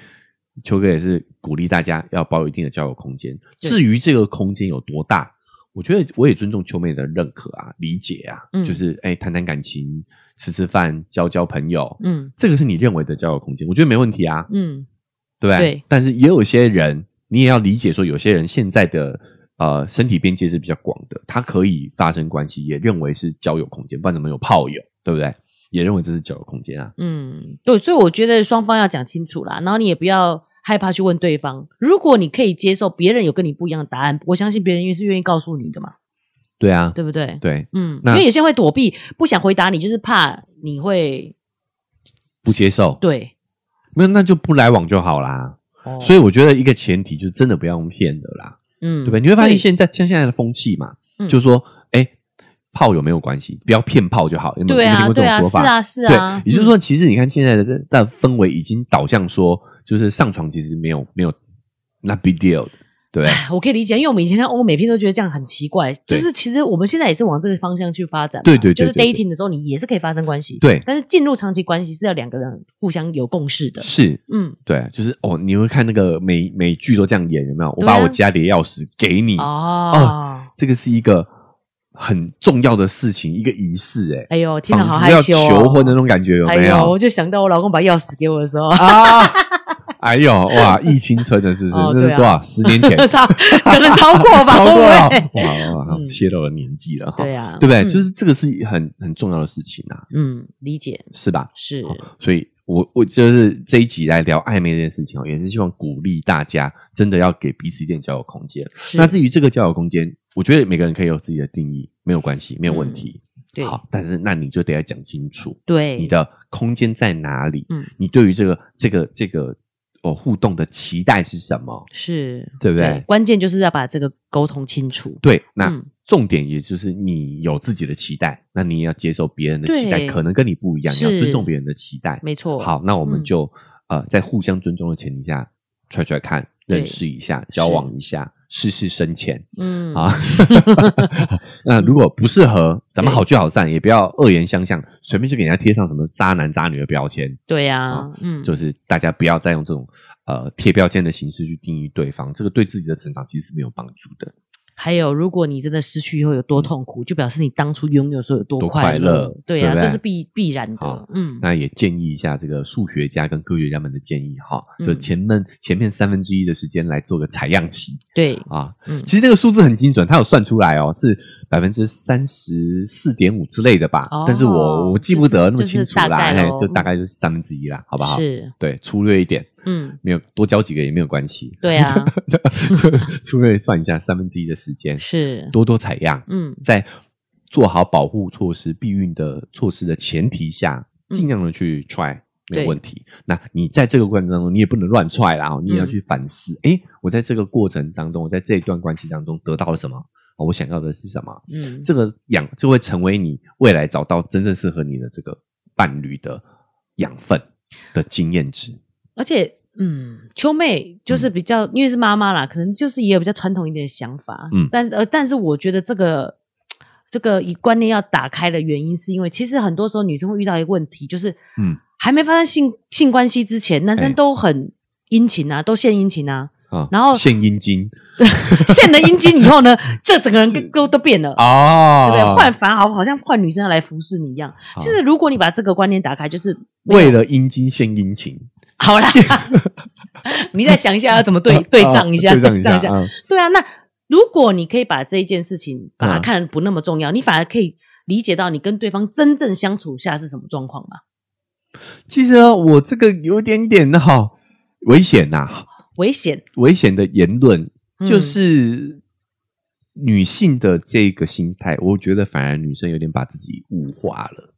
Speaker 1: 秋哥也是鼓励大家要保有一定的交友空间，
Speaker 2: 对
Speaker 1: 至于这个空间有多大，我觉得我也尊重秋妹的认可啊、理解啊，
Speaker 2: 嗯
Speaker 1: 就是哎谈谈感情、吃吃饭、交交朋友，
Speaker 2: 嗯
Speaker 1: 这个是你认为的交友空间，我觉得没问题啊。
Speaker 2: 嗯
Speaker 1: 对不对？
Speaker 2: 对
Speaker 1: 但是也有些人，你也要理解说，有些人现在的呃身体边界是比较广的，他可以发生关系，也认为是交友空间，不然怎么有炮友，对不对？也认为这是交友空间啊。
Speaker 2: 嗯，对，所以我觉得双方要讲清楚啦，然后你也不要害怕去问对方。如果你可以接受别人有跟你不一样的答案，我相信别人因为是愿意告诉你的嘛，
Speaker 1: 对啊，
Speaker 2: 对不对？
Speaker 1: 对
Speaker 2: 嗯，
Speaker 1: 那
Speaker 2: 因为有些人会躲避，不想回答你，就是怕你会
Speaker 1: 不接受，
Speaker 2: 对，
Speaker 1: 没有那就不来往就好啦。所
Speaker 2: 以
Speaker 1: 以我觉得一个前提就是真的不要用骗的啦，
Speaker 2: 嗯
Speaker 1: 对不对？你会发现
Speaker 2: 对
Speaker 1: 现在像现在的风气嘛，
Speaker 2: 嗯
Speaker 1: 就是说，哎，炮友没有关系，不要骗炮就好。你们
Speaker 2: 对啊
Speaker 1: 有没有听过
Speaker 2: 对
Speaker 1: 这
Speaker 2: 啊
Speaker 1: 种说
Speaker 2: 是
Speaker 1: 法？
Speaker 2: 啊是啊，
Speaker 1: 对，也就是说，其实你看现在的这的氛围已经导向说，就是上床其实没有没有 not big deal，的对 不对？
Speaker 2: 唉我可以理解，因为我们以前看欧美片都觉得这样很奇怪，就
Speaker 1: 对
Speaker 2: 是其实我们现在也是往这个方向去发展嘛，
Speaker 1: 对对对
Speaker 2: 就是
Speaker 1: 对对
Speaker 2: dating 的时候你也是可以发生关系，
Speaker 1: 对
Speaker 2: 但是进入长期关系是要两个人互相有共识的，
Speaker 1: 是，
Speaker 2: 嗯，
Speaker 1: 对，就是哦，你会看那个美美剧都这样演，有没有？我
Speaker 2: 对啊
Speaker 1: 把我家里的钥匙给
Speaker 2: 嗯
Speaker 1: 你，
Speaker 2: 哦，
Speaker 1: 这个是一个很重要的事情，一个仪式，哎，
Speaker 2: 哎呦，听了
Speaker 1: 仿
Speaker 2: 好
Speaker 1: 佛
Speaker 2: 害
Speaker 1: 要
Speaker 2: 羞、哦，
Speaker 1: 求婚的那种感觉，有
Speaker 2: 哎
Speaker 1: 没
Speaker 2: 呦，我
Speaker 1: 有？
Speaker 2: 就想到我老公把钥匙给我的时候，
Speaker 1: 啊，哎呦，哇，忆青春的是不是
Speaker 2: 哦？
Speaker 1: 那
Speaker 2: 对
Speaker 1: 是
Speaker 2: 啊，
Speaker 1: 多少？十年前
Speaker 2: 超可能超过吧，
Speaker 1: 超
Speaker 2: 会
Speaker 1: 过
Speaker 2: 不
Speaker 1: 了，
Speaker 2: 会
Speaker 1: 哇哇，
Speaker 2: 嗯
Speaker 1: 泄露了年纪了哈。
Speaker 2: 对啊，
Speaker 1: 对不对？
Speaker 2: 嗯
Speaker 1: 就是这个是很很重要的事情啊，
Speaker 2: 嗯，理解
Speaker 1: 是吧？
Speaker 2: 是，
Speaker 1: 所以我我就是这一集来聊暧昧这件事情哦，也是希望鼓励大家真的要给彼此一点交友空间。
Speaker 2: 是
Speaker 1: 那至于这个交友空间，我觉得每个人可以有自己的定义，没有关系，没有问题。
Speaker 2: 嗯对
Speaker 1: 好，但是那你就得要讲清楚
Speaker 2: 对
Speaker 1: 你的空间在哪里，
Speaker 2: 嗯
Speaker 1: 你对于这个这个这个哦互动的期待是什么？
Speaker 2: 是，
Speaker 1: 对不对
Speaker 2: 关键就是要把这个沟通清楚，
Speaker 1: 对，那。
Speaker 2: 嗯
Speaker 1: 重点也就是你有自己的期待，那你也要接受别人的期待，
Speaker 2: 对
Speaker 1: 可能跟你不一样，你要
Speaker 2: 是
Speaker 1: 尊重别人的期待。
Speaker 2: 没错，
Speaker 1: 好，那我们
Speaker 2: 嗯
Speaker 1: 就、呃，在互相尊重的前提下，揣揣看，
Speaker 2: 对
Speaker 1: 认识一下，交往一下，试试深浅
Speaker 2: 嗯，
Speaker 1: 啊。 那如果不适合，咱们好聚好散，也不要恶言相向，随便就给人家贴上什么渣男渣女的标签。
Speaker 2: 对呀、
Speaker 1: 啊
Speaker 2: 嗯，
Speaker 1: 就是大家不要再用这种呃贴标签的形式去定义对方，这个对自己的成长其实是没有帮助的。
Speaker 2: 还有，如果你真的失去以后有多痛苦，就表示你当初拥有的时候有多
Speaker 1: 嗯多快
Speaker 2: 乐
Speaker 1: 乐，
Speaker 2: 对呀、啊
Speaker 1: 对不对
Speaker 2: 这是必必然的
Speaker 1: 好，
Speaker 2: 嗯，
Speaker 1: 那也建议一下这个数学家跟科学家们的建议哈，就
Speaker 2: 嗯
Speaker 1: 前面、前面三分之一的时间来做个采样期
Speaker 2: 对，
Speaker 1: 啊，
Speaker 2: 嗯，
Speaker 1: 其实那个数字很精准，它有算出来哦，是百分之三十四点五之类的吧。
Speaker 2: 哦
Speaker 1: 但是我我记不得那么清楚啦，
Speaker 2: 就是就是大概咯
Speaker 1: 嘿就大概是三分之一啦，好不好？
Speaker 2: 是，
Speaker 1: 对，粗略一点，
Speaker 2: 嗯，
Speaker 1: 没有多交几个也没有关系。
Speaker 2: 对啊，
Speaker 1: 粗略算一下三分之一的时间，
Speaker 2: 是，
Speaker 1: 多多采样，
Speaker 2: 嗯，
Speaker 1: 在做好保护措施、避孕的措施的前提下，
Speaker 2: 嗯
Speaker 1: 尽量的去 try。没
Speaker 2: 对嗯
Speaker 1: 有问题。那你在这个过程当中，你也不能乱踹啦，哦你也要去反思。诶，我在这个过程当中，我在这一段关系当中得到了什么？哦我想要的是什么？
Speaker 2: 嗯，
Speaker 1: 这个养就会成为你未来找到真正适合你的这个伴侣的养分的经验值。
Speaker 2: 而且，嗯，秋妹就是比较，因为是妈妈啦，可能就是也有比较传统一点的想法，
Speaker 1: 嗯
Speaker 2: 但呃，但是我觉得这个这个以观念要打开的原因，是因为其实很多时候女生会遇到一个问题，就是，
Speaker 1: 嗯，
Speaker 2: 还没发生性性关系之前，男
Speaker 1: 哎
Speaker 2: 生都很殷勤
Speaker 1: 嗯
Speaker 2: 啊，都献殷勤啊，
Speaker 1: 啊、
Speaker 2: 然后
Speaker 1: 献阴茎
Speaker 2: 献了阴茎以后 呢，这整个人都都变了。
Speaker 1: 哦
Speaker 2: 对不对？换反好，好像换女生要来服侍你一样。其实，如果你把这个观念打开，就是没有
Speaker 1: 啊为了阴茎献殷勤，
Speaker 2: 好啦，你再想一下要怎么对对仗一 下，
Speaker 1: 啊对仗一
Speaker 2: 仗
Speaker 1: 下，啊
Speaker 2: 对啊，那如果你可以把这一件事情把它
Speaker 1: 嗯
Speaker 2: 看得不那么重要，你反而可以理解到你跟对方真正相处下是什么状况嘛？
Speaker 1: 其实哦我这个有点点的哈危险呐、
Speaker 2: 危险
Speaker 1: 危险的言论
Speaker 2: 嗯
Speaker 1: 就是女性的这个心态，我觉得反而女生有点把自己物化了。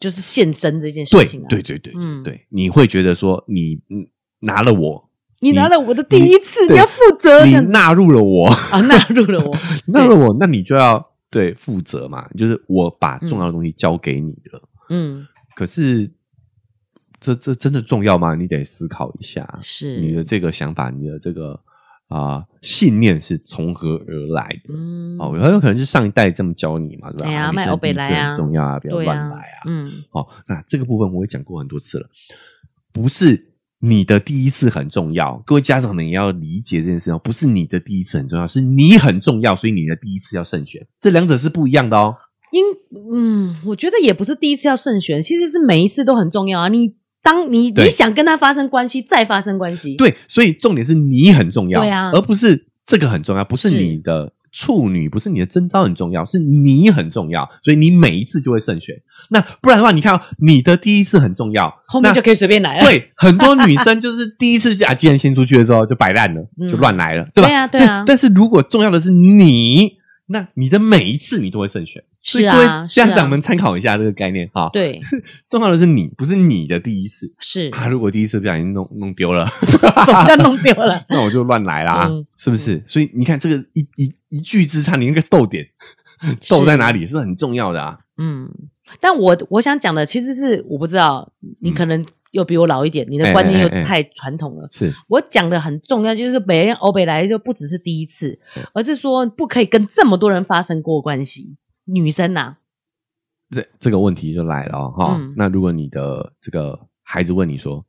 Speaker 2: 就是献身这件
Speaker 1: 对
Speaker 2: 事情啊！
Speaker 1: 对对对，
Speaker 2: 嗯
Speaker 1: 对，你会觉得说你嗯拿了我，
Speaker 2: 你拿了我的第一次，
Speaker 1: 对
Speaker 2: 你要负责这
Speaker 1: 你
Speaker 2: 样子
Speaker 1: 纳入了我，
Speaker 2: 啊，纳入了我，
Speaker 1: 纳入了我，那你就要对负责嘛，就是我把重要的东西交给你了。
Speaker 2: 嗯，
Speaker 1: 可是这这真的重要吗？你得思考一下。你的
Speaker 2: 是，
Speaker 1: 这个想法，你的这个啊、信念是从何而来的？
Speaker 2: 嗯，
Speaker 1: 哦，很有可能是上一代这么教你嘛，对吧？
Speaker 2: 哎呀
Speaker 1: 啊
Speaker 2: 卖
Speaker 1: 女生
Speaker 2: 欧北
Speaker 1: 第一次
Speaker 2: 来啊
Speaker 1: 很重要啊，不要
Speaker 2: 对
Speaker 1: 乱
Speaker 2: 啊
Speaker 1: 来啊。
Speaker 2: 嗯，
Speaker 1: 哦，那这个部分我也讲过很多次了，不是你的第一次很重要，各位家长们也要理解这件事哦，不是你的第一次很重要，是你很重要，所以你的第一次要慎选，这两者是不一样的哦。
Speaker 2: 因嗯，我觉得也不是第一次要慎选，其实是每一次都很重要啊。你当你
Speaker 1: 对
Speaker 2: 你想跟他发生关系，再发生关系，
Speaker 1: 对，所以重点是你很重要，
Speaker 2: 对啊
Speaker 1: 而不是这个很重要，不是
Speaker 2: 是
Speaker 1: 你的处女，不是你的征招很重要，是你很重要，所以你每一次就会慎选。那不然的话，你看、哦、你的第一次很重要，
Speaker 2: 后面
Speaker 1: 那
Speaker 2: 就可以随便来了。
Speaker 1: 对很多女生就是第一次啊，既然先出去了之后就摆烂了，
Speaker 2: 嗯
Speaker 1: 就乱来了，对吧？
Speaker 2: 对啊对啊
Speaker 1: 但是如果重要的是你，那你的每一次你都会慎选，
Speaker 2: 是啊，
Speaker 1: 所以各位
Speaker 2: 是
Speaker 1: 家
Speaker 2: 啊
Speaker 1: 长们参考一下这个概念哈。，
Speaker 2: 对，
Speaker 1: 重要的是你，不是你的第一次
Speaker 2: 是
Speaker 1: 啊。如果第一次不小心弄弄丢 了，
Speaker 2: 怎么叫弄丢了？
Speaker 1: 那我就乱来啦，
Speaker 2: 嗯
Speaker 1: 是不是？所以你看这个一一一句之差，你那个逗点逗在哪里是很重要的啊。
Speaker 2: 嗯，但我我想讲的其实是我不知道，你可能又比我老一点，你
Speaker 1: 嗯哎
Speaker 2: 的观念
Speaker 1: 哎
Speaker 2: 又
Speaker 1: 哎
Speaker 2: 太传统了。
Speaker 1: 是
Speaker 2: 我讲的很重要，就是北欧北来就不只是第一次
Speaker 1: 对，
Speaker 2: 而是说不可以跟这么多人发生过关系。女生呐、
Speaker 1: 这这个问题就来了哦哈、
Speaker 2: 嗯
Speaker 1: 那如果你的这个孩子问你说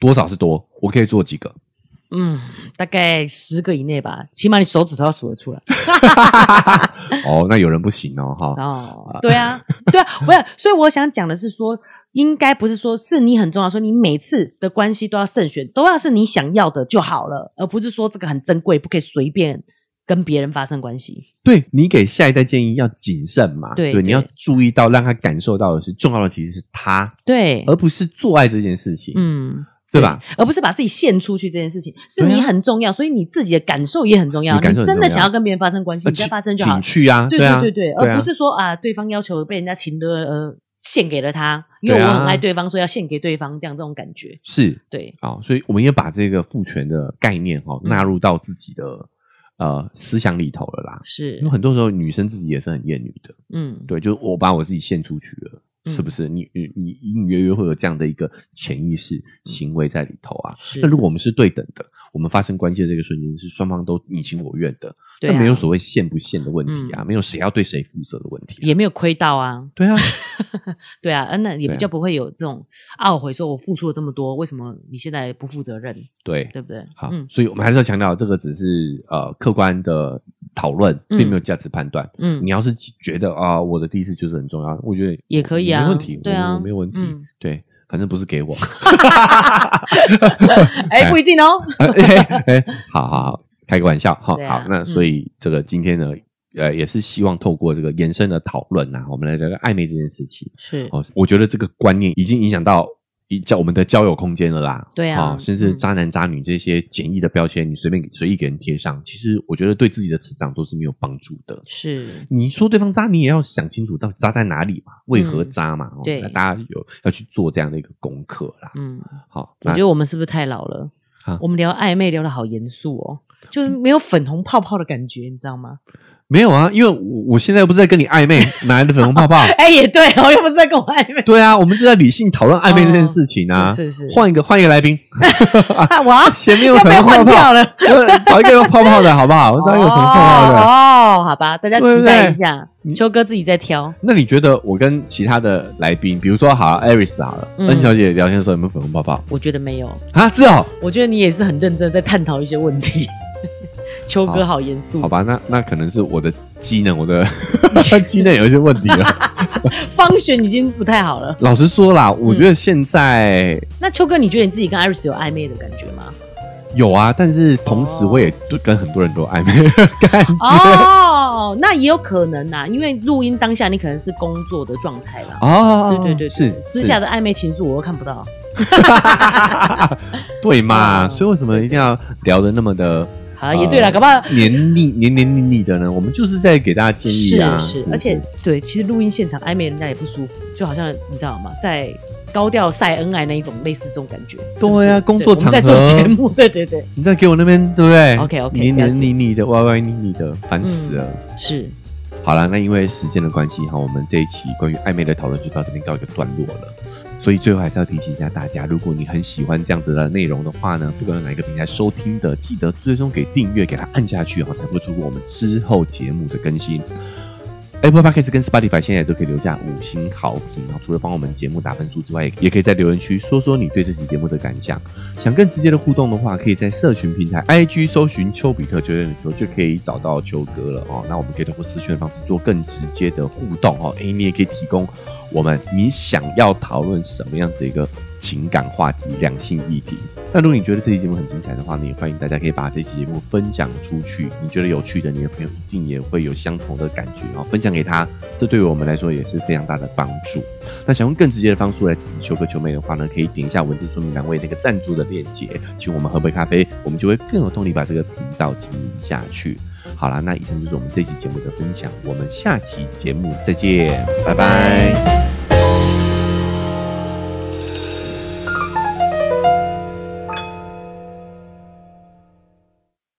Speaker 1: 多少是多，我可以做 几个？
Speaker 2: 嗯，大概十个以内吧，起码你手指头要数得出来。
Speaker 1: 哦，那有人不行哦哈。
Speaker 2: 哦， 对啊，对啊，不是，所以我想讲的是说，应该不是说是你很重要，说你每次的关系都要慎选，都要是你想要的就好了，而不是说这个很珍贵，不可以随便跟别人发生关系。
Speaker 1: 对你给下一代建议要谨慎嘛，
Speaker 2: 对
Speaker 1: 你
Speaker 2: 对
Speaker 1: 要注意到，让他感受到的是重要的其实是他，
Speaker 2: 对
Speaker 1: 而不是做爱这件事情，
Speaker 2: 嗯，
Speaker 1: 对吧？
Speaker 2: 而不是把自己献出去这件事情，是
Speaker 1: 对啊
Speaker 2: 你很重要，所以你自己的感受也很重要。
Speaker 1: 你感受很
Speaker 2: 真
Speaker 1: 重
Speaker 2: 的
Speaker 1: 要
Speaker 2: 想要跟别人发生关系，
Speaker 1: 呃
Speaker 2: 你再
Speaker 1: 请
Speaker 2: 发生就好
Speaker 1: 请。去啊，
Speaker 2: 对
Speaker 1: 啊，
Speaker 2: 对对，
Speaker 1: 对啊
Speaker 2: 而不是说啊，对方要求被人家情的呃献给了他，因为
Speaker 1: 对
Speaker 2: 我
Speaker 1: 啊
Speaker 2: 很爱对方，所以要献给对方，这样这种感觉。
Speaker 1: 是
Speaker 2: 对，
Speaker 1: 啊、所以我们也把这个父权的概念哈、哦、
Speaker 2: 嗯
Speaker 1: 纳入到自己的呃思想里头了啦。
Speaker 2: 是
Speaker 1: 因为，很多时候女生自己也是很厌女的，
Speaker 2: 嗯，
Speaker 1: 对，就是我把我自己献出去了，
Speaker 2: 嗯
Speaker 1: 是不是？你你你隐隐约约会有这样的一个潜意识行为在里头啊。
Speaker 2: 嗯是
Speaker 1: 那如果我们是对等的，我们发生关系的这个瞬间是双方都你情我愿的，
Speaker 2: 对
Speaker 1: 那
Speaker 2: 啊嗯
Speaker 1: 没有所谓献不献的问题啊，没有谁要对谁负责的问题啊、
Speaker 2: 也没有亏到啊，
Speaker 1: 对啊，
Speaker 2: 对啊，嗯，那也
Speaker 1: 对啊
Speaker 2: 比较不会有这种懊悔，说我付出了这么多，为什么你现在不负责任，
Speaker 1: 对。
Speaker 2: 对不对？
Speaker 1: 好，
Speaker 2: 嗯
Speaker 1: 所以我们还是要强调，这个只是呃客观的讨论，
Speaker 2: 嗯
Speaker 1: 并没有价值判断。
Speaker 2: 嗯
Speaker 1: 你，要是觉得啊、我的第一次就是很重要，我觉得
Speaker 2: 也可以啊
Speaker 1: 没问题，
Speaker 2: 对啊
Speaker 1: 我我没有问题，
Speaker 2: 嗯
Speaker 1: 对，反正不是给 我。
Speaker 2: 哎，不一定哦，
Speaker 1: 哎哎哎，好好好，开个玩笑，好、
Speaker 2: 对啊
Speaker 1: 好，那所以这个今天呢，呃，也是希望透过这个延伸的讨论呐、我们来聊聊暧昧这件事情。
Speaker 2: 是，
Speaker 1: 哦，我觉得这个观念已经影响到一叫我们的交友空间了啦。
Speaker 2: 对啊
Speaker 1: 哦，甚至
Speaker 2: 嗯
Speaker 1: 渣男渣女这些简易的标签，你随便给随意给人贴上，其实我觉得对自己的成长都是没有帮助的。
Speaker 2: 是，
Speaker 1: 你说对方渣，你也要想清楚到底渣在哪里嘛，为何渣嘛？哦
Speaker 2: 嗯对
Speaker 1: 那大家有要去做这样的一个功课啦。
Speaker 2: 嗯，
Speaker 1: 好，
Speaker 2: 我
Speaker 1: 那
Speaker 2: 觉得我们是不是太老了
Speaker 1: 啊？
Speaker 2: 我们聊暧昧聊的好严肃哦，就是没有粉红泡泡的感觉，你知道吗？
Speaker 1: 没有啊，因为我我现在又不是在跟你暧 昧，哪来的粉红泡泡？
Speaker 2: 哎，也对哦，又不是在跟我暧昧，
Speaker 1: 对啊，我们就在理性讨论暧昧这件事情啊。
Speaker 2: 哦是是是
Speaker 1: 换一个换一个来 宾，
Speaker 2: 啊 我要
Speaker 1: 前面有
Speaker 2: 要
Speaker 1: 粉
Speaker 2: 被
Speaker 1: 红泡
Speaker 2: 换
Speaker 1: 泡
Speaker 2: 掉，了。哦
Speaker 1: 我找一个有泡泡的好不好？我找一个有粉红泡泡的。
Speaker 2: 哦，哦好吧，大家
Speaker 1: 对不
Speaker 2: 期待
Speaker 1: 对
Speaker 2: 一下
Speaker 1: 嗯，
Speaker 2: 秋哥自己在挑。
Speaker 1: 那你觉得我跟其他的来宾，比如说好，Iris 好了，
Speaker 2: 嗯
Speaker 1: 恩小姐聊天的时候有没有粉红泡泡
Speaker 2: 我觉得没有，
Speaker 1: 啊？是哦，
Speaker 2: 我觉得你也是很认真在探讨一些问题。 秋哥
Speaker 1: 好
Speaker 2: 好严肃
Speaker 1: 好，吧，那那可能是我的机能，我的 机能有一些问题了。
Speaker 2: 方选已经不太好了。
Speaker 1: 老实说
Speaker 2: 嗯
Speaker 1: 啦，我觉得现在
Speaker 2: 那秋哥，你觉得你自己跟 Iris 有暧昧的感觉 吗？
Speaker 1: 有啊，但是同时我也对跟很多人都有暧昧的 感觉。
Speaker 2: 哦，那也有可能呐、因为录音当下你可能是工作的状态啦。
Speaker 1: 哦
Speaker 2: 对对对对
Speaker 1: 是
Speaker 2: 私下
Speaker 1: 的，
Speaker 2: 的暧昧情愫我又看不到。
Speaker 1: 对嘛？
Speaker 2: 嗯
Speaker 1: 所以为什么一定要聊的那么的
Speaker 2: 好，也对了，搞不好
Speaker 1: 黏腻、 黏黏腻腻的呢？我们就是在给大家建议
Speaker 2: 是
Speaker 1: 啊，
Speaker 2: 是
Speaker 1: 不
Speaker 2: 而且对，其实录音现场暧昧人家也不舒服，就好像你知道吗，在高调晒恩爱那一种类似这种感觉。是不是
Speaker 1: 对啊工作
Speaker 2: 对我们在
Speaker 1: 场合
Speaker 2: 做节目，对对对，
Speaker 1: 你再给我那边，对不对
Speaker 2: OK，OK，
Speaker 1: 黏黏
Speaker 2: 了解嗯
Speaker 1: 腻腻的，歪歪腻腻的，烦死了。
Speaker 2: 是
Speaker 1: 好了，那因为时间的关系哈，我们这一期关于暧昧的讨论就到这边告一个段落了。所以最后还是要提醒一下大家，如果你很喜欢这样子的内容的话呢，不管用哪一个平台收听的，记得最终给订阅，给它按下去哈，才不会错过我们之后节目的更新。Apple Podcast 跟 Spotify 现在都可以留下五星好评啊！除了帮我们节目打分数之外，也也可以在留言区说说你对这期节目的感想。想更直接的互动的话，可以在社群平台 IG 搜寻丘比特球员的球，就可以找到秋哥了哦。那我们可以通过私讯的方式做更直接的互动哦。诶，你也可以提供我们你想要讨论什么样的一个情感话题、两性议题。那如果你觉得这期节目很精彩的话呢，也欢迎大家可以把这期节目分享出去。你觉得有趣的，你的朋友一定也会有相同的感觉哦，分享给他，这对于我们来说也是非常大的帮助。那想用更直接的方式来支持秋哥秋妹的话呢，可以点一下文字说明栏位那个赞助的链接，请我们喝杯咖啡，我们就会更有动力把这个频道经营下去。好啦，那以上就是我们这期节目的分享，我们下期节目再见，拜拜